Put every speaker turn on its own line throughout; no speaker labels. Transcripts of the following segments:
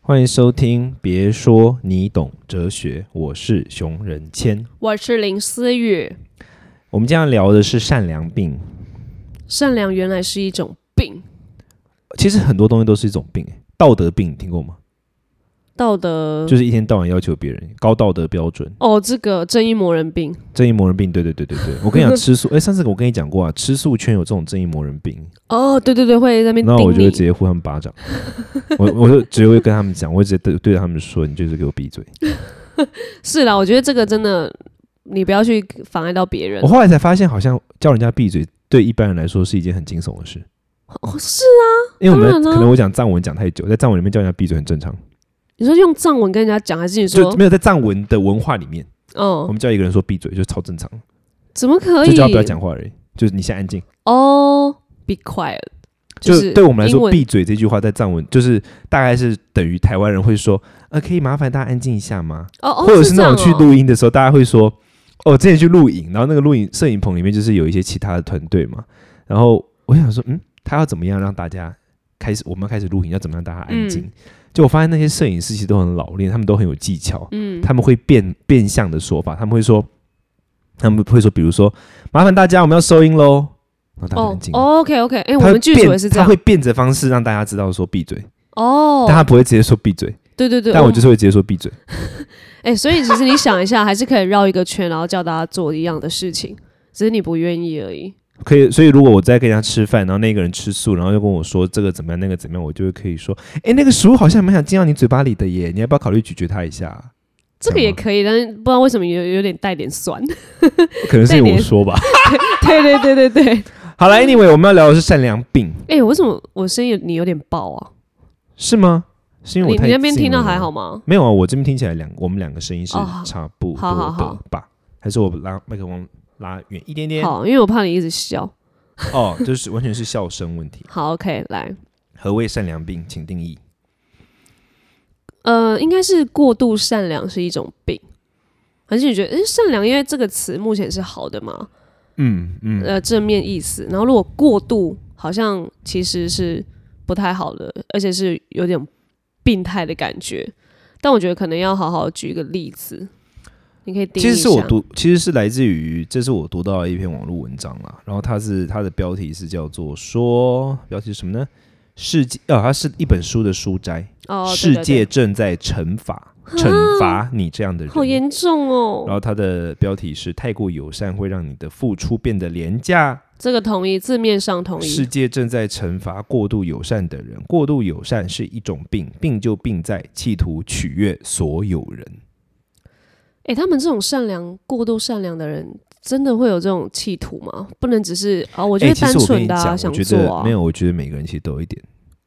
欢迎收听，别说你懂哲学，我是熊仁谦。
我是林思雨。
我们今天要聊的是善良病，
善良原来是一种病，
其实很多东西都是一种病，欸道德病你听过吗？
道德
就是一天到晚要求别人高道德标准，
哦，这个正义魔人病
正义魔人病。对对对对对，我跟你讲，吃素，哎，上次我跟你讲过啊，吃素圈有这种正义魔人病，
哦，对对对，会在那边
那我就
盯
会
你
直。接呼他们巴掌， 我我就直接会跟他们讲，我会直接对对着他们说，你就是给我闭嘴。
是啦，我觉得这个真的，你不要去妨碍到别人
我。后来才发现，好像叫人家闭嘴对一般人来说是一件很惊悚的事，
哦，是啊，
因为我们
当然啊
可能我讲藏文讲太久，在藏文里面叫人家闭嘴很正常，
你说用藏文跟人家讲，还是你
就
说
没有在藏文的文化里面，我
哦？
们叫一个人说闭嘴就超正常，
怎么可
就
以？
叫他不要讲话而已，就是你先安静。
哦，be quiet，
就是对我们来
英
说，
文
闭嘴这句话在藏文就是大概是等于台湾人会说，呃，可以麻烦大家安静一下吗？
哦哦，
或者是
这
那种
样
去
哦
录音的时候，大家会说，哦，之前去录影，然后那个录影摄影棚里面就是有一些其他的团队嘛，然后我想说，嗯，他要怎么样让大家开始，我们要开始录影，要怎么样让大家安静？
嗯
就我发现那些摄影师其实都很老练，他们都很有技巧，
嗯，
他们会变变相的说法，他们会说，他们会说，比如说，麻烦大家，我们要收音喽，然后大家就
哦
安静。
，OK OK，哎，我
他会
们剧组也
变
是这
他
样
会。变着方式让大家知道说闭嘴，
哦
但，他不会直接说闭嘴，
对对对，嗯
但我就是是会直接说闭嘴。
哎，所以其实你想一下，还是可以绕一个圈，然后叫大家做一样的事情，只是你不愿意而已。
可以，所以如果我在跟人家吃饭，然后那个人吃素，然后又跟我说这个怎么样，那个怎么样，我就会可以说，哎，那个食物好像蛮想进到你嘴巴里的耶，你要不要考虑咀嚼它一下？
这个也
可
可以，但是不知道为什么有有点带点 酸。
可能是因为
带
我
点
说 吧。
对对对对对。
好了，Anyway，我们要聊的是善良病，
哎、为什么我声音你有点爆啊？
是吗？是因为
你
我太
你那边听到
近了吗
还好？吗？
没有啊，我这边听起来两我们两个声音是
哦好
差不多
好好
的
好
吧？还是我拉麦克风拉远一点点？
好，因为我怕你一直笑。
哦，就是完全是笑声问题。
好，OK，来，
何谓善良病？请定义。
呃，应该是过度善良是一种病，还是你觉得，哎、善良因为这个词目前是好的嘛？
嗯嗯，
呃，正面意思。然后如果过度，好像其实是不太好的，而且是有点病态的感觉。但我觉得可能要好好举一个例子，你可以定义
其
一下。
实是我读，其实是来自于，这是我读到的一篇网络文章啦。然后它是它的标题是叫做说，标题是什么呢？世界啊，它是一本书的书摘，
哦，对
世
对对
界正在惩罚惩罚你这样的人。
好严重
然
哦！
后它的标题是太过友善会让你的付出变得廉价。
这个同意，字面上同
世
意。
界正在惩罚过度友善的人，过度友善是一种病，病就病在企图取悦所有人。
哎、他们这种善良、过度善良的人，真的会有这种企图吗？不能只是啊、我
我
觉得单纯的、啊
我
想
觉
做
得
啊，
没有，我觉得每个人其实都有一点，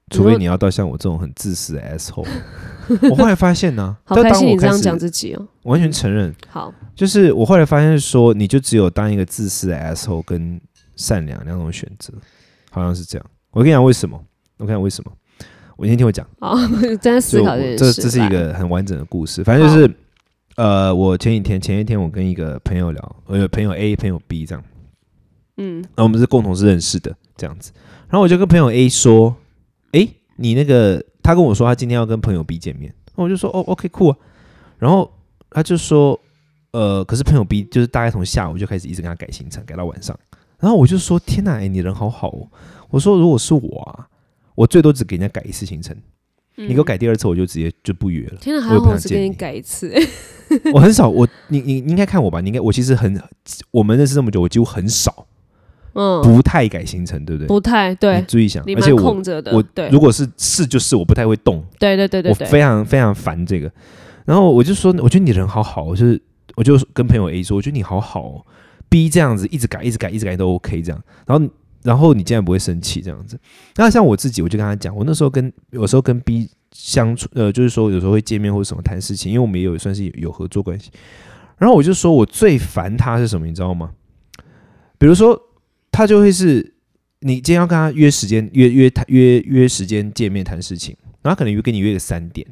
你
除非
说
你要到像我这种很自私的 asshole。我后来发现呢、
好
但
开
当
心
我
你这
开
样
始
讲自己哦、
完全承认，
好，
就是我后来发现说，你就只有当一个自私的 asshole 跟善良两种选择，好像是这样。我跟你讲为什么？我跟你讲为什么？我先听我讲。
好， 正在思
就
考
我
件
这
事。
这是一
来
个很完整的故事，反正就是，呃，我前几天前一天我跟一个朋友聊，我有朋友 A 朋友 B 这样，
嗯，
然后我们是共同是认识的这样子，然后我就跟朋友 A 说，诶，你那个他跟我说他今天要跟朋友 B 见面，那我就说哦，OK 酷啊，然后他就说，呃，可是朋友 B 就是大概从下午就开始一直跟他改行程，改到晚上，然后我就说天呐，诶，你人好好哦，我说如果是我啊，我最多只给人家改一次行程。
你。
你给我。改第二次，我就直接就不约了
天哪，还
我也
好
不
我
想
只
见
给你
你
改一次。
我很少，我你你你应该看我吧？你应该我其实很，我们认识这么久，我几乎很少，
嗯，
不太改行程，对不对？
不太
你
对，
注意想，
你
而且
蛮
我
空着的。
我
对
如果是是就是我不太会动，
对对对对
我
对，
非常非常烦这个。然后我就说，我觉得你人好好，我就是我就跟朋友 A 说，我觉得你好好、哦、，B 这样子一直改一直改一直改都 OK 这样。然后然后你竟然不会生气这样子。那像我自己，我就跟他讲，我那时候跟有时候跟 B 相处，呃，就是说有时候会见面或者什么谈事情，因为我们也有算是有有合作关系。然后我就说我最烦他是什么，你知道吗？比如说他就会是你今天要跟他约时间，约约他约约时间见面谈事情。然后他可能约跟你约个三点，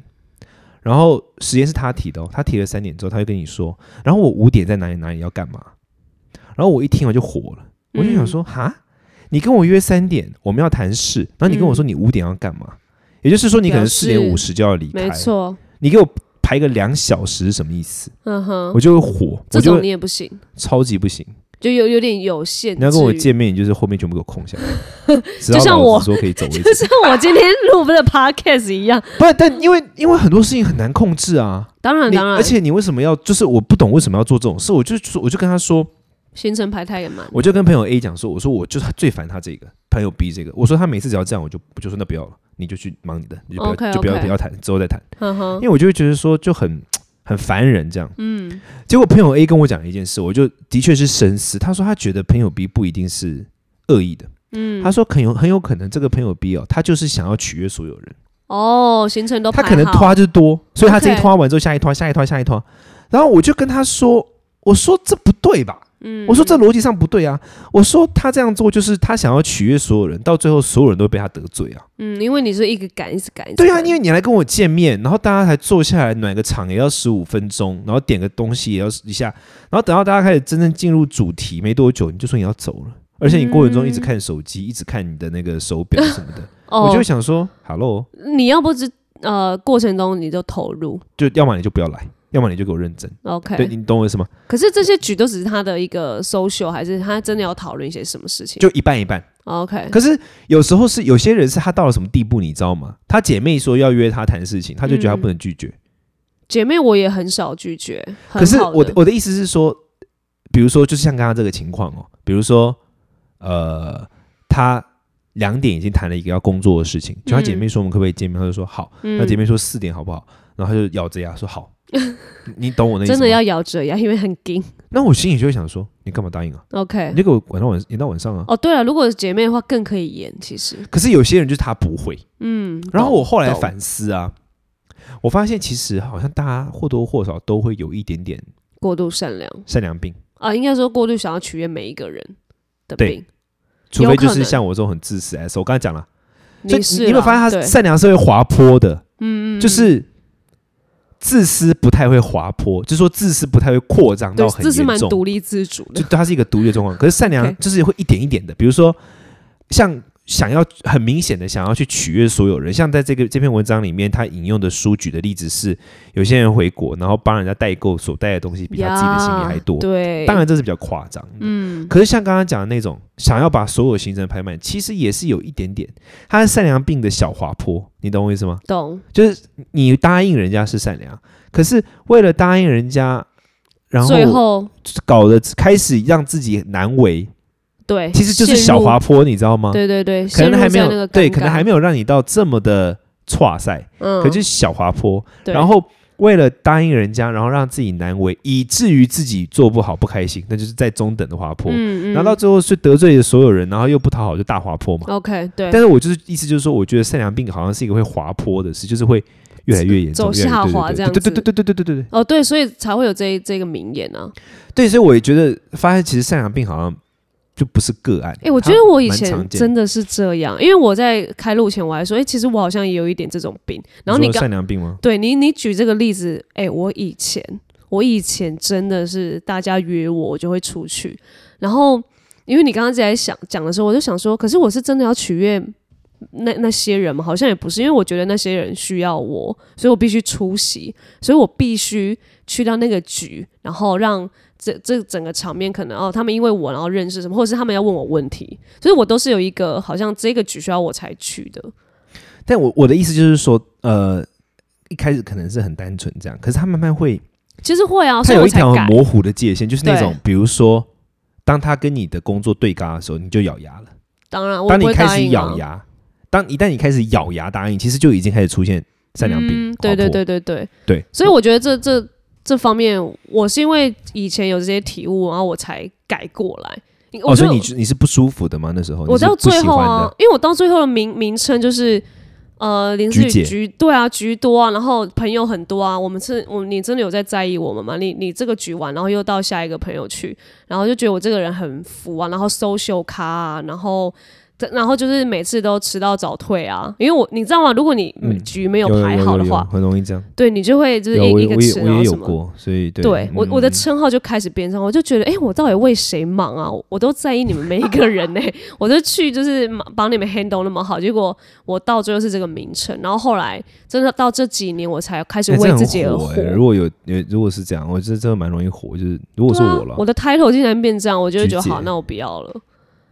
然后时间是他提的哦，他提了三点之后，他会跟你说，然后我五点在哪里哪里要干嘛，然后我一听我就火了，
嗯
我就想说哈、你跟我约三点，我们要谈事，然后你跟我说你五点要干嘛，也就是说，你可能
嗯表
四
示
点五十就要离开
没，错，
你给我排个两小时是什么意思？
嗯哼，
我就会火，
这
我就
种你
会
也不行，
超级不行。
就有有点有限制。
你要跟我见面，你就是后面全部给我空下来， 只要
就像我
老子说可以走为
就
止。
像我今天录的 podcast 一样。
不，但因为因为很多事情很难控制啊，
当然，
你
当然，
而且你为什么要？就是我不懂为什么要做这种事，我就说我就跟他说，
行程排太也满。
我就跟朋友 A 讲说，我说我就是最烦他这个，朋友 B 这个，我说他每次只要这样，我就我就说那不要了，你就去忙你的，你就不要
OK，OK
就不要不要谈，之后再谈，
哼哼
因，为我就会觉得说就很很烦人这样。嗯，结果朋友 A 跟我讲了一件事，我就的确是深思，他说他觉得朋友 B 不一定是恶意的，嗯，他说很有很有可能这个朋友 B 哦，他就是想要取悦所有人，
哦，行程都
他
排
可能
好
拖就是多，所以他这一
OK
拖完之后，下一拖，下一拖，下一拖，然后我就跟他说，我说这不对吧？
嗯
我说这逻辑上不对啊！我说他这样做就是他想要取悦所有人，到最后所有人都被他得罪啊！
嗯，因为你是一个赶，一直赶，一直
对啊，
赶
因为你来跟我见面，然后大家才坐下来暖个场也要十五分钟，然后点个东西也要一下，然后等到大家开始真正进入主题没多久，你就说你要走了，而且你过程中一直看手机，一直看你的那个手表什么的，我就
嗯 哦
会，想说，Hello，
你要不是呃过程中你就投入
就要么你就不要来，要么你就给我认真，对
，OK。
你懂我意思吗？
可是这些局都只是他的一个 social，还是他真的要讨论一些什么事情
就一半一半。
？OK，
可是有时候是有些人是他到了什么地步，你知道吗？他姐妹说要约他谈事情，他就觉得他
嗯
不能拒绝。
姐妹我也很少拒绝，很
可是
好
我的我的意思是说，比如说，就像刚刚这个情况哦，比如说，呃，他两点已经谈了一个要工作的事
嗯
情，就他姐妹说我们可不可以见面，他就说好。那姐妹说四点好不好？然后他就咬着牙说 好。你你懂我的意思
真
吗？
的要咬着牙，因为很紧。
那我心里就会想说，你干嘛答应啊？
OK，
你就给我晚到晚延到晚上啊。
哦，对了，如果是姐妹的话更可以演，其实，
可是有些人就是他不会，
嗯。
然后
懂
我后来
懂
反思啊，我发现其实好像大家或多或少都会有一点点
过度善良
善良病，
啊，应该说过度想要取悦每一个人的
对
病。
除非就
可
是
能
像我这种很自私 S。我刚才讲了，就
你是
你有没有
啦
发现
对
他善良是会滑坡的？嗯嗯，就是自私不太会滑坡，就是说自私不太会扩张到
对，
很
这是
严
蛮
重，
独立自主
就
的。
它是一个独立的状况。可是善良
OK
就是会一点一点的，比如说像想要很明显的想要去取悦所有人，像在这个这篇文章里面，他引用的书举的例子是，有些人回国，然后帮人家代购所带的东西比他自己的行李还多。
对，
当然这是比较夸张的，
嗯，
可是像刚刚讲的那种想要把所有行程排满，其实也是有一点点，他是善良病的小滑坡，你懂我意思吗？
懂。
就是你答应人家是善良，可是为了答应人家，然后
最后，
搞得开始让自己难为，
对，
其实就是
陷
小
入
滑。坡，你知道吗？
对对对，
可
陷
能
入
还没
在那
有
个
对，
尴
可能
尬
还没有让你到这么的挫赛，
嗯，
可就是小滑坡。
对
然后为了答应人家，然后让自己难为，以至于自己做不好不开心，那就是在中等的滑坡。
嗯嗯，
然后到最后是得罪了所有人，然后又不讨好，就大滑坡嘛。
OK，对，
但是我就是意思就是说，我觉得善良病好像是一个会滑坡的事，就是会越来越严重，
走
越来越
下
对对
滑
对
这样
对对
子
对对对对对对
哦对，所以才会有这一这个名言啊。
对，所以我也觉得发现其实善良病好像就不是个案。
哎、我觉
它
得我以
蛮
前
常见
真的是这样，因为我在开录前我还说，哎、其实我好像也有一点这种病。然后
你
你
说
刚
善良病吗？
对你，你举这个例子，哎、我以前，我以前真的是大家约我，我就会出去。然后，因为你刚刚在想讲的时候，我就想说，可是我是真的要取悦那那些人吗？好像也不是，因为我觉得那些人需要我，所以我必须出席，所以我必须去到那个局，然后让这这整个场面可能哦，他们因为我然后认识什么，或者是他们要问我问题，所以我都是有一个好像这个局需要我才去的。
但我我的意思就是说，呃，一开始可能是很单纯这样，可是他慢慢会，
其实会啊，
他
所以
有
我
一
才
条
改
很。模糊的界限，就是那
对
种比如说，当他跟你的工作对嘎的时候，你就咬牙了。
当然，我
当
不
你
会
开
答
始
应啊
咬牙，当一旦你开始咬牙答应，其实就已经开始出现善良病
嗯。
滑
对对
坡
对对对
对
所以我觉得这这这方面，我是因为以前有这些体悟，然后我才改过来。我
哦，
觉
所以
得
你你是不舒服的吗？那时候
我
你是
到
不
最
喜
后
欢
啊
的，
因为我到最后的名名称就是呃林思雨
菊姐
局对啊局多啊，然后朋友很多啊，我们是我你真的有在在意我们吗？你你这个局完，然后又到下一个朋友去，然后就觉得我这个人很浮啊，然后 social 咖啊，然后这然后就是每次都迟到早退啊，因为我你知道吗？如果你
嗯
局没有
有
排好的
有
话，
很容易这样。
对你就会就是
有我也
一一个
我
迟，
也
然
我
后
也有
什么。
过，所以对，
对我
嗯
我的
嗯
称号就开始变上，我就觉得，哎、我到底为谁忙啊？我我都在意你们每一个人呢、 我就去就是忙帮你们 handle 那么好，结果我到最后是这个名称，然后后来真的到这几年我才开始
哎这
为
很
自己而
火欸如果有有如果是这样，我这真的蛮容易火。就是如果是
对啊
我了，
我的 title 竟然变这样，我就会觉
菊
得
姐
好，那我不要了。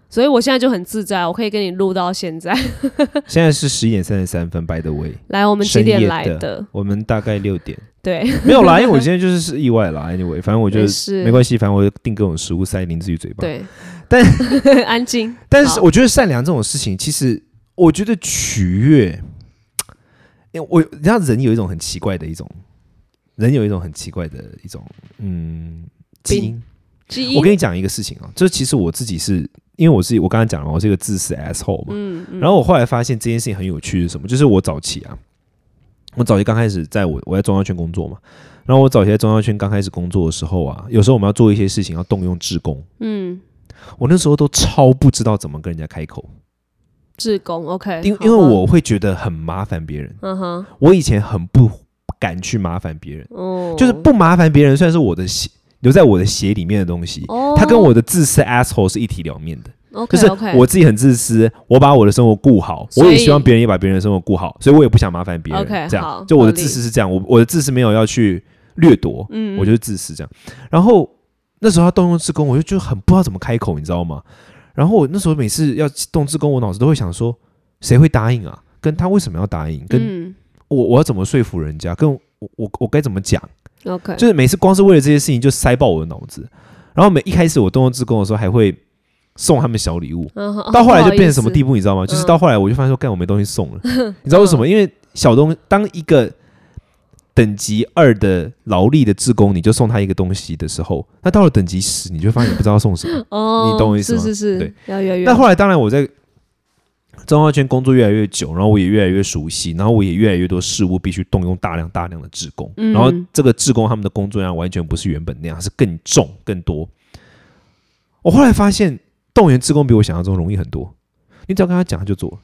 所以我现在就很自在，我可以跟你录到现在。
现在是十一点三十三分，by the way，
来，我们几
深夜
点来
的
的？
我们大概六点
对，
没有啦，因为我今天就是是意外啦。Anyway，反正我觉得
是
没关系，反正我定各种食物塞林自己嘴巴。，
对，
但
安静。
但是
好
我觉得善良这种事情，其实我觉得取悦，因为我你知道人有一种很奇怪的一种，人有一种很奇怪的一种，嗯，基
病
因。
基
我
因，
跟你讲一个事情啊，就是其实我自己是因为我自己，我刚才讲了嘛，我是一个自私 asshole 嘛。
嗯嗯，
然后我后来发现这件事情很有趣是什么？就是我早期啊，我早期刚开始在我我在中央圈工作嘛，然后我早期在中央圈刚开始工作的时候啊，有时候我们要做一些事情要动用志工，
嗯，
我那时候都超不知道怎么跟人家开口，
志工，OK，
因
哎好
因为
吧，
我会觉得很麻烦别人，
嗯哼，
我以前很不敢去麻烦别人，
哦，
就是不麻烦别人算是我的血留在我的血里面的东西，
哦，
它跟我的自私 asshole 是一体两面的。
OK
就是
OK，
我自己很自私，我把我的生活顾好，
所以
我也希望别人也把别人的生活顾好，所以我也不想麻烦别人。
OK，
这
好
样，就我的
合理
自私是这样，我我的自私没有要去掠夺，
嗯，
我就是自私这样。然后那时候要动用自宫，我就就很不知道怎么开口，你知道吗？然后我那时候每次要动自宫，我脑子都会想说，谁会答应啊？跟他为什么要答应？跟
嗯
我我要怎么说服人家？跟我我我该怎么讲？
OK，
就是每次光是为了这些事情就塞爆我的脑子。然后每一开始我动用自宫的时候，还会送他们小礼物。
嗯哼
到后来就变成什么地
哦
步，你知道吗？就是
嗯
到后来我就发现说，干我没东西送 了，你知道为什么？因为小东当一个等级二的劳力的志工，你就送他一个东西的时候，那到了等级十，你就发现你不知道送什么。
不好意思，哦，
你懂我意思吗
是是是，
对，
要越来越
那后来当然我在中华圈工作越来越久，然后我也越来越熟悉，然后我也越来越多事物必须动用大量大量的志工，
嗯
然后这个志工他们的工作量完全不是原本那样，是更重更多。我后来发现，动员志工比我想象中容易很多，你只要跟他讲他就做了。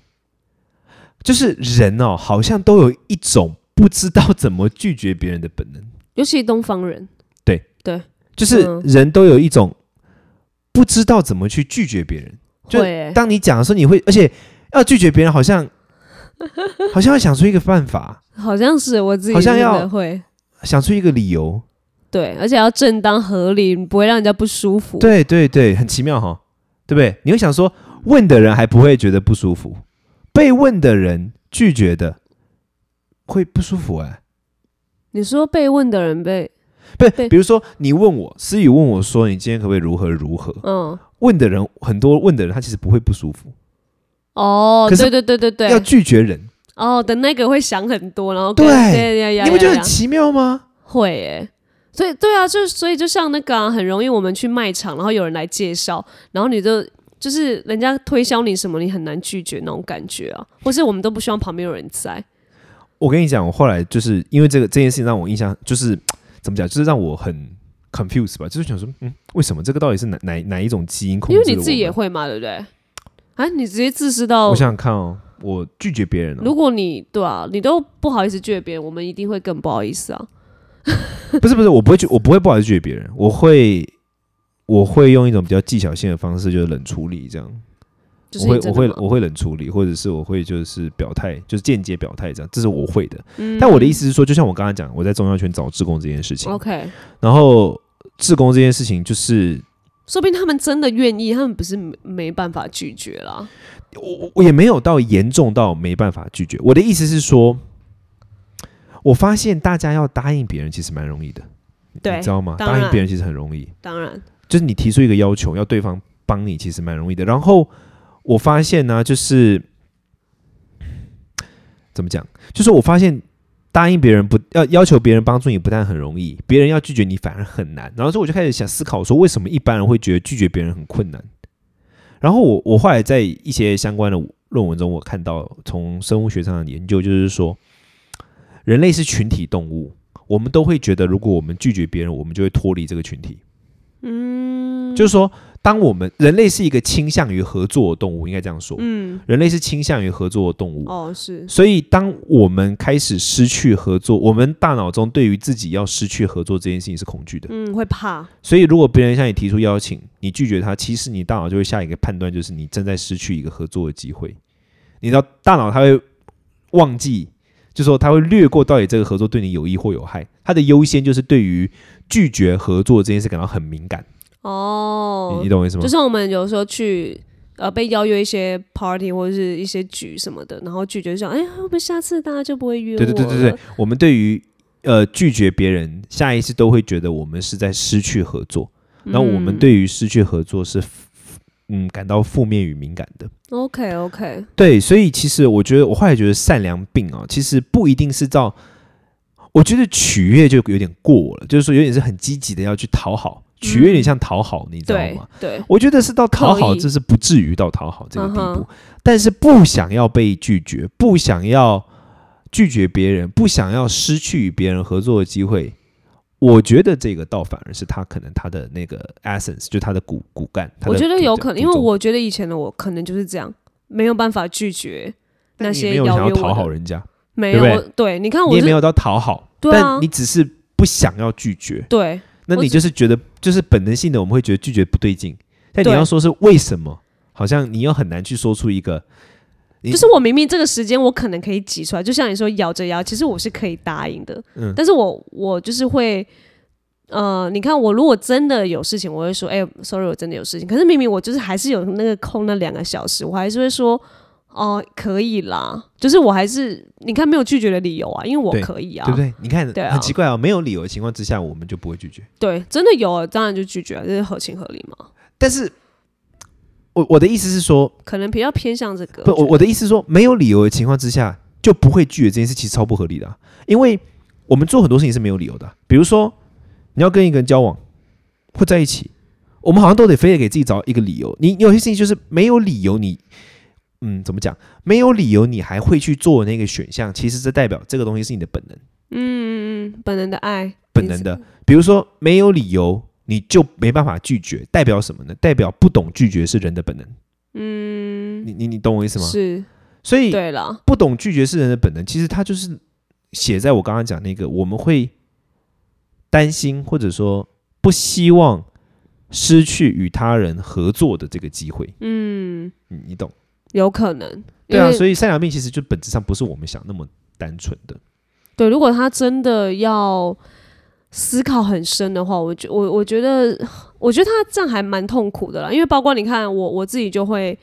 就是人哦，好像都有一种不知道怎么拒绝别人的本能。
尤其东方人，
就是
嗯
人都有一种不知道怎么去拒绝别人。就
会欸
当你讲的时候，你会，而且要拒绝别人，好 像好像要想出一个办法，
好像是我自己
好像
真的
要
会。
想出一个理由。
对，而且要正当合理，不会让人家不舒服。
对对对，很奇妙哈，对不对？你会想说，问的人还不会觉得不舒服，被问的人拒绝的会不舒服哎、
你说被问的人被，
不
对
是，比如说你问我，思雨问我说，你今天可不可以如何如何？
嗯，
问的人很多，问的人他其实不会不舒服，
哦，
可是
对对对对
要
对，
拒绝人，
哦，等那个会想很多，然后
对
对对呀呀，
你不觉得
呀
很
呀
奇妙吗？
会诶、所以对啊，就所以就像那个啊、很容易我们去卖场，然后有人来介绍，然后你就就是人家推销你什么，你很难拒绝那种感觉啊，或是我们都不希望旁边有人在，
我跟你讲，我后来就是因为这个这件事情让我印象就是怎么讲，就是让我很 confused 吧，就是想说，嗯，为什么这个到底是哪哪哪一种基因控制了
因为
我们？
你自己也会嘛，对不对？啊，你直接自私到
我，想想看哦，我拒绝别人
如
哦，
果你对啊，你都不好意思拒绝别人，我们一定会更不好意思啊。
不是不是，我不会拒，我不会不好意思拒绝别人，我会我会用一种比较技巧性的方式，就是冷处理这样。
就是
我会
你真
我
的
会
吗
我会冷处理，或者是我会就是表态，就是间接表态这样，这是我会的。
嗯
但我的意思是说，就像我刚刚讲，我在中央圈找志工这件事情，
，OK，
然后志工这件事情就是
说不定他们真的愿意，他们不是没没办法拒绝啦。
我我也没有到严重到没办法拒绝。我的意思是说，我发现大家要答应别人其实蛮容易的，
对
你知道吗？
当
答
然
应别人其实很容易，
当然，
就是你提出一个要求，要对方帮你，其实蛮容易的。然后我发现呢、就是怎么讲，就是我发现。答应别人不要要求别人帮助你，不但很容易，别人要拒绝你反而很难。然后所以我就开始想思考说，为什么一般人会觉得拒绝别人很困难？然后我我后来在一些相关的论文中，我看到从生物学上的研究，就是说，人类是群体动物，我们都会觉得，如果我们拒绝别人，我们就会脱离这个群体。嗯，就是说，当我们人类是一个倾向于合作的动物，应该这样说，
嗯，
人类是倾向于合作的动物。
哦，是，
所以，当我们开始失去合作，我们大脑中对于自己要失去合作这件事情是恐惧的。
嗯，会怕，
所以，如果别人向你提出邀请，你拒绝他，其实你大脑就会下一个判断，就是你正在失去一个合作的机会。你知道，大脑它会忘记，就说它会略过到底这个合作对你有益或有害。它的优先就是对于拒绝合作这件事感到很敏感。
哦
你，你懂我意思吗？
就像我们有时候去呃被邀约一些 party 或者是一些局什么的，然后拒绝说，哎呀，我们下次大家就不会约我啊
对对对对
了
对，我们对于呃拒绝别人，下意识都会觉得我们是在失去合作。那我们
嗯
对于失去合作是嗯感到负面与敏感的。
OK OK，
对，所以其实我觉得，我后来觉得善良病哦，其实不一定是照，我觉得取悦就有点过了，就是说有点是很积极的要去讨好，取悦有点像讨好，你知道
对
吗？
对，
我觉得是到讨好，
刻意
这是不至于到讨好这个地
嗯
步，
哼
但是不想要被拒绝，不想要拒绝别人，不想要失去与别人合作的机会，我觉得这个倒反而是他可能他的那个 essence，就他的骨骨干。他的
我觉得
主
有
角
可能，
主
因为
轴
我觉得以前的我可能就是这样，没有办法拒绝
但
那
你
些
没有想
邀
要
约我
讨
的
好人家，
没
对
有
不对
我对，你看
你
我
也没
是
有到讨好，
对啊
但你只是不想要拒绝，
对
那
我
你
只
就是觉得就是本能性的我们会觉得拒绝不对劲，但你
对
要说是为什么，好像你又很难去说出一个你
就是我明明这个时间我可能可以挤出来，就像你说咬着牙，其实我是可以答应的，
嗯
但是我我就是会，呃，你看我如果真的有事情，我会说，哎、s o r r y 我真的有事情，可是明明我就是还是有那个空那两个小时，我还是会说，哦、可以啦，就是我还是你看没有拒绝的理由啊，因为我
对
可以啊，
对不对？你看
对啊
很奇怪哦，没有理由的情况之下，我们就不会拒绝。
对真的有，当然就拒绝啊，这是合情合理嘛，
但是我我的意思是说，
可能比较偏向这个，
不，我我的意思是说，没有理由的情况之下就不会拒绝这件事，其实超不合理的啊、因为我们做很多事情是没有理由的啊、比如说你要跟一个人交往或在一起，我们好像都得非得给自己找一个理由。你你有些事情就是没有理由你，嗯，怎么讲？没有理由你还会去做那个选项，其实这代表这个东西是你的本能，
嗯嗯嗯，本能的爱，
本能的。比如说没有理由。你就没办法拒绝，代表什么呢？代表不懂拒绝是人的本能。
嗯，
你你你懂我意思吗？
是，
所以
对了。
不懂拒绝是人的本能，其实它就是写在我刚刚讲那个，我们会担心或者说不希望失去与他人合作的这个机会，
嗯，
你你懂？
有可能。
对啊，
以
所以善良病其实就本质上不是我们想那么单纯的，
对，如果他真的要思考很深的话，我觉我我觉得，我觉得他这样还蛮痛苦的啦。因为包括你看我我自己就会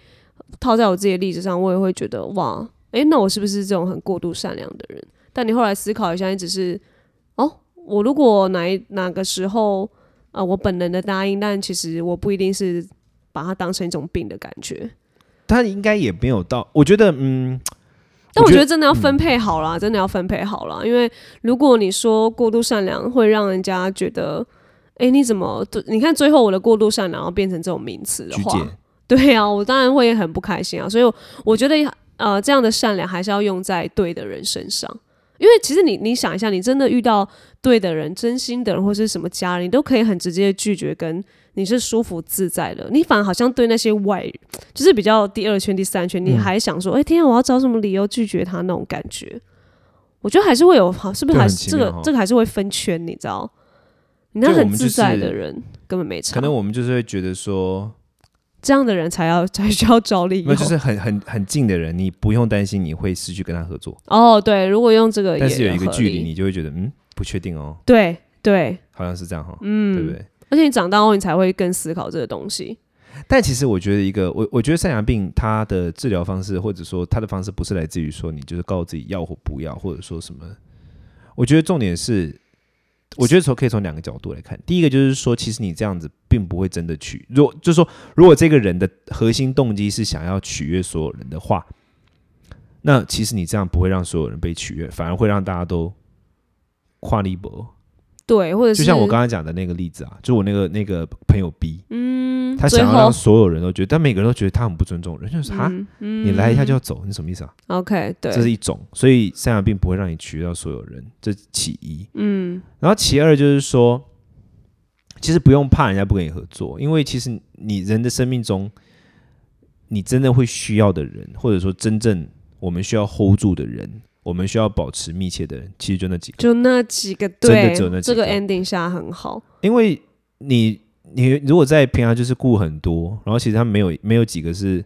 套在我自己的例子上，我也会觉得哇，诶，那我是不是这种很过度善良的人？但你后来思考一下，你只是哦，我如果哪一哪个时候啊、呃我本能的答应，但其实我不一定是把它当成一种病的感觉。
他应该也没有到，我觉得嗯，
但
我
我
觉
觉
得
得真的要分配好啦，真的要分配好啦，因为如果你说过度善良，会让人家觉得，哎、你怎么？你看最后我的过度善良要变成这种名词的
菊
话，
姐，
对啊，我当然会很不开心啊。所以我我觉得，呃，这样的善良还是要用在对的人身上，因为其实你你想一下，你真的遇到对的人、真心的人或是什么家人，你都可以很直接地拒绝，跟你是舒服自在的。你反而好像对那些外，就是比较第二圈、第三圈，你还想说，哎、天啊，我要找什么理由拒绝他那种感觉。我觉得还是会有，好，是不是
对
还
很
是
奇
这
妙
个
哦
这个还是会分圈，你知道？你那
对我
很
们就
自在
是
的人根本没差，
可能我们就是会觉得说，
这样的人才要 才需要找理由。
那就是很很很近的人，你不用担心你会失去跟他合作，
哦，对，如果用这个也合
但
理，
是有一个距离，你就会觉得嗯，不确定哦，
对对，
好像是这样哈、
嗯，
对不对？
而且你长大后，你才会更思考这个东西。
但其实我觉得一个，我我觉得善良病它的治疗方式，或者说它的方式，不是来自于说你就是告诉自己要或不要，或者说什么。我觉得重点是，我觉得从可以从两个角度来看。第一个就是说，其实你这样子并不会真的取，如果就是说，如果这个人的核心动机是想要取悦所有人的话，那其实你这样不会让所有人被取悦，反而会让大家都跨立博。
对，或者是
就像我刚刚讲的那个例子啊，就我那个那个朋友 B，
嗯，
他
最
想要
后
让所有人都觉得，但每个人都觉得他很不尊重人，就是哈，
嗯嗯
你来一下就要走，你什么意思啊？
OK，对，
这是一种，所以善良并不会让你取悦到所有人，这是其一。
嗯
然后其二就是说，其实不用怕人家不跟你合作，因为其实你人的生命中，你真的会需要的人，或者说真正我们需要 hold 住的人，我们需要保持密切的人，其实就那几个。
就那几个
真的
对
只有那，几
这
个
个 ending 下很好，
因为你你如果在平常就是顾很多，然后其实他没有没有几个是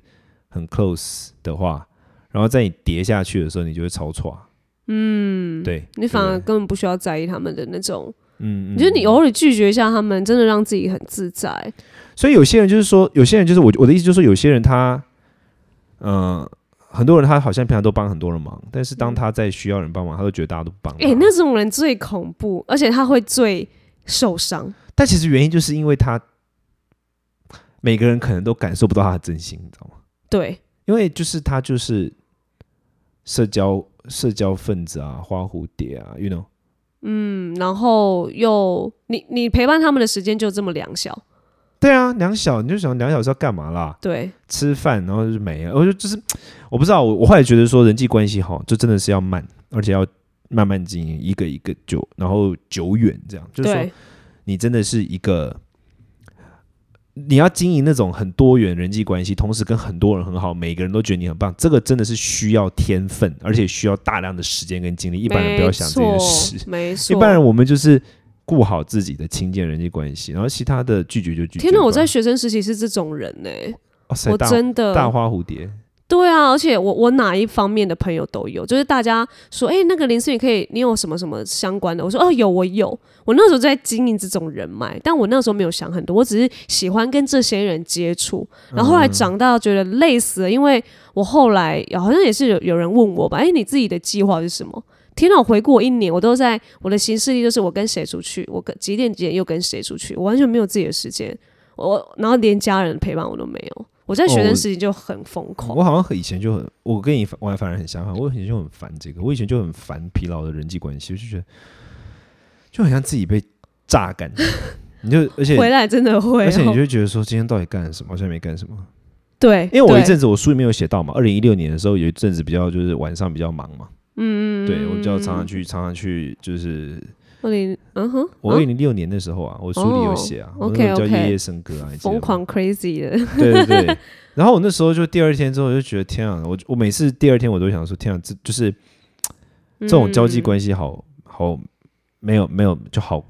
很 close 的话，然后在你跌下去的时候，你就会超错。嗯，对，
你反而
对
根本不需要在意他们的那种，
嗯，嗯
你觉得你
嗯
偶尔拒绝一下他们，真的让自己很自在。
所以有些人就是说，有些人就是我我的意思就是说，有些人他，嗯、很多人他好像平常都帮很多人忙，但是当他在需要人帮忙，他都觉得大家都不帮他。
哎、那种人最恐怖，而且他会最受伤。
但其实原因就是因为他每个人可能都感受不到他的真心，你知道吗？
对，
因为就是他就是社交社交分子啊，花蝴蝶啊，you know，
嗯，然后又你你陪伴他们的时间就这么两小，
对啊，两小你就想两小是要干嘛啦？
对，
吃饭，然后就没了。我就就是我不知道，我我后来觉得说人际关系好，就真的是要慢，而且要慢慢经营，一个一个久，然后久远这样。就是说
对，
你真的是一个，你要经营那种很多元人际关系，同时跟很多人很好，每个人都觉得你很棒，这个真的是需要天分，而且需要大量的时间跟精力。一
一
般人不要想这件事，
没错。
一般人我们就是。顾好自己的亲近人际关系，然后其他的拒绝就拒绝吧。
天哪，我在学生时期是这种人呢、
哇塞
我
大
真的
大花蝴蝶，
对啊，而且我我哪一方面的朋友都有，就是大家说，哎、那个林思雨可以，你有什么什么相关的？我说哦，有我有，我那时候在经营这种人脉，但我那时候没有想很多，我只是喜欢跟这些人接触。然后后来长大觉得累死了，因为我后来好像也是有有人问我吧，哎、你自己的计划是什么？天哪！我回顾我一年，我都在我的行事历就是我跟谁出去，我跟几点几点又跟谁出去，我完全没有自己的时间，我然后连家人陪伴我都没有。我在学
哦
生时期就很疯狂。
我好像很以前就很，我跟你反我反而很相反，我以前就很烦这个，我以前就很烦疲劳的人际关系，我就觉得就很像自己被榨干，你就而且
回来真的会哦、
而且你就觉得说今天到底干了什么，好像没干什么。
对，
因为我
对
一阵子我书里面有写到嘛，二零一六年的时候有一阵子比较就是晚上比较忙嘛，嗯，对我比较常常去常常去就是
二零嗯哼，
我
啊
二零一六年的时候啊，我书里有写啊，
哦
我那时候叫
OK，OK
夜夜笙歌啊，你记得吗
疯狂 crazy 的，
对对对。然后我那时候就第二天之后我就觉得天啊，我我每次第二天我都想说天啊，这就是这种
嗯
交际关系好好没有没有就好。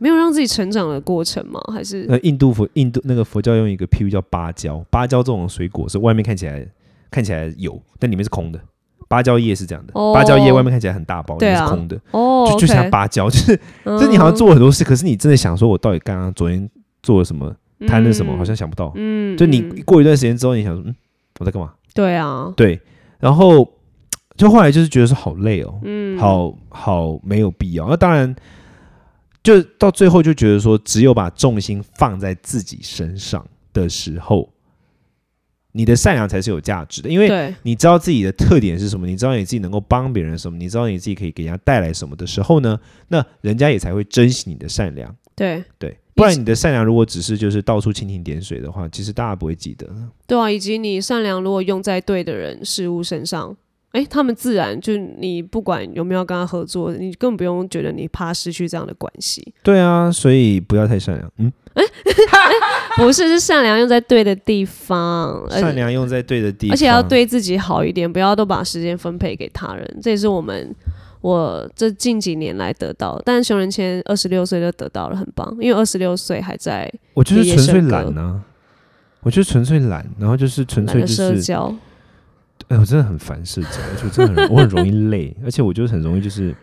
没有让自己成长的过程吗？还是
呃，印度佛印度那个佛教用一个譬喻叫芭蕉，芭蕉这种水果是外面看起来看起来有，但里面是空的。芭蕉叶是这样的，
哦
芭蕉叶外面看起来很大包，里
对
面是
啊
空的，
哦，嗯
就就像芭蕉，就是 就是你好像做了很多事，可是你真的想说，我到底刚刚昨天做了什么，贪了什么，好像想不到。
嗯，
就你
嗯
过一段时间之后，你想说，嗯，我在干嘛？
对啊，
对，然后就后来就是觉得说好累哦，
嗯，
好好没有必要。那当然，就到最后就觉得说，只有把重心放在自己身上的时候，你的善良才是有价值的，因为
对，
你知道自己的特点是什么，你知道你自己能够帮别人什么，你知道你自己可以给人家带来什么的时候呢，那人家也才会珍惜你的善良。
对
对，不然你的善良如果只是就是到处蜻蜓点水的话，其实大家不会记得。
对啊，以及你善良如果用在对的人事物身上。哎，他们自然就你不管有没有跟他合作，你根本不用觉得你怕失去这样的关系，
对啊，所以不要太善良。嗯。
不是是善良用在对的地方，而
善良用在对的地方，
而且要对自己好一点，不要都把时间分配给他人。这也是我们我这近几年来得到，但熊仁谦二十六岁就得到了，很棒，因为二十六岁还在
我就是纯粹
夜夜笙
懒啊，我就是纯粹懒，然后就是纯
懒
粹
得
就
社
是，
交，
哎，我真的很烦社交，而且我真的很 我很容易累，而且我就是很容易就是，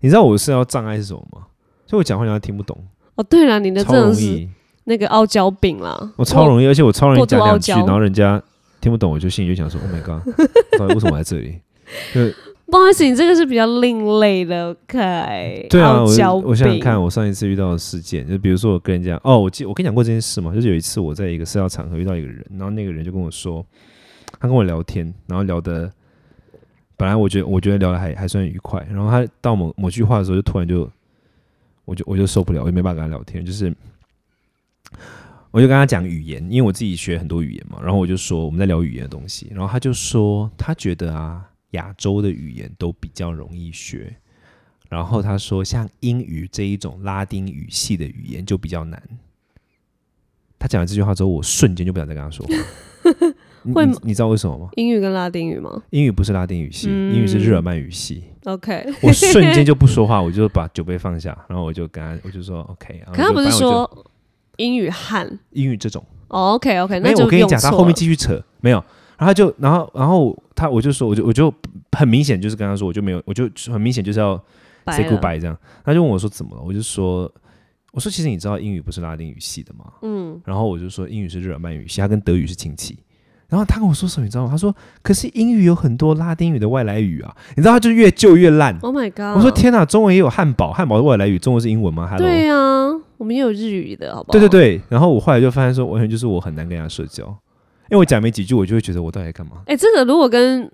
你知道我社交障碍是什么吗？就我讲话人家听不懂，
哦，对了，你的
超
真的
容
是
易，
那个傲娇病啦，
我超容易，而且我超容易
过度
讲
傲
两句，
娇
然后人家听不懂，我就心里就想说，Oh my god，到 底为什么我在这里？
不好意思，你这个是比较另类的，OK？
对啊，
傲娇
我
病，
我想想看，我上一次遇到的事件，就比如说我跟人家，哦，我记我跟你讲过这件事嘛，就是有一次我在一个社交场合遇到一个人，然后那个人就跟我说，他跟我聊天，然后聊的，本来我觉得我觉得聊的还还算愉快，然后他到某某句话的时候，就突然就，我就我就受不了，我就没办法跟他聊天，就是。我就跟他讲语言，因为我自己学很多语言嘛，然后我就说我们在聊语言的东西，然后他就说他觉得啊，亚洲的语言都比较容易学，然后他说，像英语这一种拉丁语系的语言就比较难。他讲完这句话之后，我瞬间就不想再跟他 说话。你
会
你
吗
你知道为什么吗？
英语跟拉丁语吗
英语不是拉丁语系，
嗯
英语是日耳曼语 系。
？OK，
我瞬间就不说话，我就把酒杯放下，然后我就跟他，我就说 OK 然后就。
可他不是
反正我就
说英语汉、
英语这种？
哦、？OK OK，
没
那
有，
就
我跟你
用
讲，他
错
后面
了
继续扯，没有。然后他就，然后，然后他，我就说，我就，我就很明显就是跟他说，我就没有，我就很明显就是要 say
白了
goodbye 这样。他就问我说怎么了，我就说，我说其实你知道英语不是拉丁语系的吗？嗯，然后我就说英语是日耳曼语系，它跟德语是亲戚。然后他跟我说什么，你知道吗？他说，可是英语有很多拉丁语的外来语啊，你知道，他就越旧越烂。
Oh my god！
我说天哪，中文也有汉堡，汉堡是外来语，中文是英文吗？Hello，
对啊，我们也有日语的，好不好？
对对，对，然后我后来就发现说，完全就是我很难跟人家社交，因为我讲没几句，我就会觉得我到底在干嘛？
哎、这个如果跟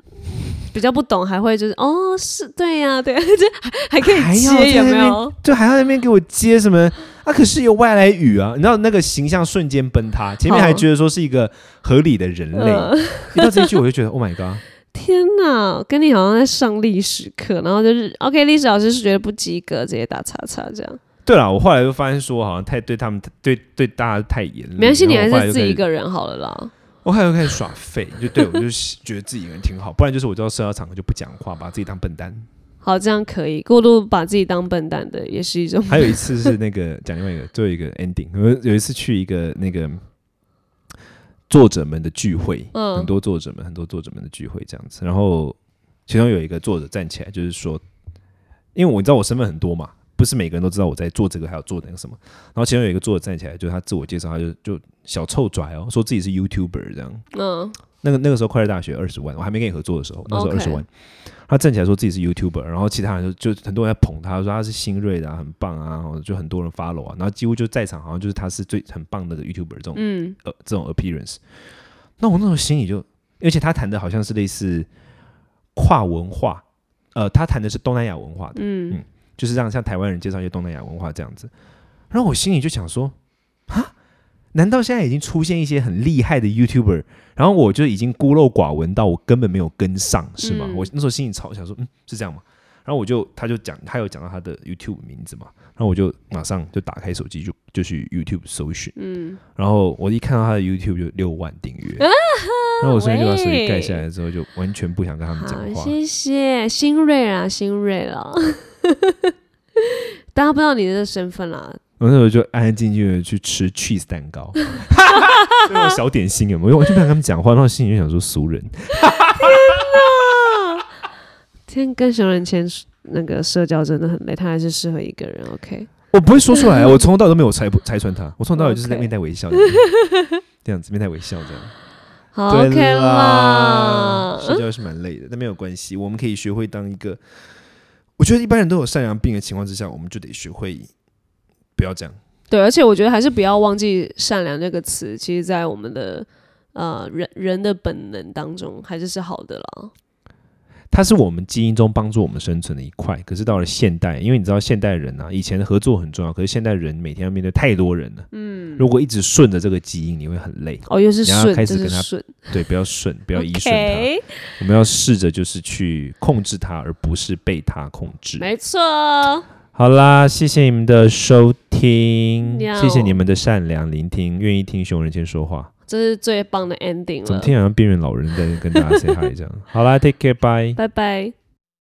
比较不懂，还会就是哦，是对呀、对、啊， 这还还可
还
以
要
接，
在
有没
那边
有？
就还要在那边给我接什么啊？可是有外来语啊，你知道那个形象瞬间崩塌，前面还
好
觉得说是一个合理的人类，
呃，
一到这一句我就觉得 Oh my god，
天哪，跟你好像在上历史课，然后就是 OK，历史老师是觉得不及格，直接打叉叉这样。
对了，我后来就发现说好像太对他们对对大家太严厉，
没关系，你
然
还
后我后来就
是自
开
己
始
一个人好了啦。
我后来就开始耍废，就对我就觉得自己一个人挺好，不然就是我到社交场合就不讲话，把自己当笨蛋。
好，这样可以。过度把自己当笨蛋的也是一种。
还有一次是那个讲另外一个，最后一个 ending。我有一次去一个那个作者们的聚会，
嗯
很多作者们，很多作者们的聚会这样子。然后其中有一个作者站起来，就是说，因为我知道我身份很多嘛，不是每个人都知道我在做这个，还有做那个什么。然后其中有一个作者站起来，就是他自我介绍，他就就小臭拽哦，说自己是 YouTuber 这样。
嗯，
那个那个时候快乐大学二十万，我还没跟你合作的时候，那时候二
OK
十万。他站起来说自己是 YouTuber，然后其他人就就很多人在捧他，说他是新锐的、啊，很棒啊，然后就很多人 follow 啊，然后几乎就在场好像就是他是最很棒的 YouTuber 这种、
嗯，
呃这种 appearance。那我那时候心里就，而且他谈的好像是类似跨文化，呃，他谈的是东南亚文化的，
嗯，
嗯就是让像台湾人介绍一些东南亚文化这样子。然后我心里就想说，啊，难道现在已经出现一些很厉害的 YouTuber，然后我就已经孤陋寡闻到我根本没有跟上，是吗？
嗯
我那时候心里吵想说，嗯，是这样吗？然后我就，他就讲，他有讲到他的 YouTube 名字嘛，然后我就马上就打开手机就就去 YouTube 搜寻，
嗯，啊
然后我一看到他的 YouTube 就六万订阅，然后我瞬间就把手机盖下来之后，就完全不想跟他们讲
好，
话。
谢谢新锐啦，新锐啦。 大家不知道你的身份啦，
我那时候就安安静静的去吃 cheese 蛋糕， 就那种小点心有没有？我就不想跟他们讲话，然后心里就想说俗人，
天，跟熊仁谦那个社交真的很累，他还是适合一个人。OK，
我不会说出来，啊我从头到尾都没有拆拆穿他，我从头到尾就是
OK
面带微 笑，这样子面带微笑这样。
好
对
，OK
啦
啦，嗯
社啊交是蛮累的，但没有关系，我们可以学会当一个。我觉得一般人都有善良病的情况之下，我们就得学会不要这样。
对，而且我觉得还是不要忘记“善良”这个词，其实，在我们的呃人人的本能当中，还是是好的啦。
它是我们基因中帮助我们生存的一块。可是到了现代，因为你知道现代人啊，以前的合作很重要，可是现代人每天要面对太多人了。嗯，如果一直顺着这个基因，你会很累。
哦，又是
你要
顺，
开
就
始
是
跟他
顺，
对，不要顺，不
不
要依顺它。我们要试着就是去控制它，而不是被它控制。
没错。
好啦，谢谢你们的收听，
喵
谢谢你们的善良聆听，愿意听熊仁谦说话。
这是最棒的 ending
怎么
了，
听好像边缘老人在跟大家 say hi 这样？好啦，take care，bye。
拜拜。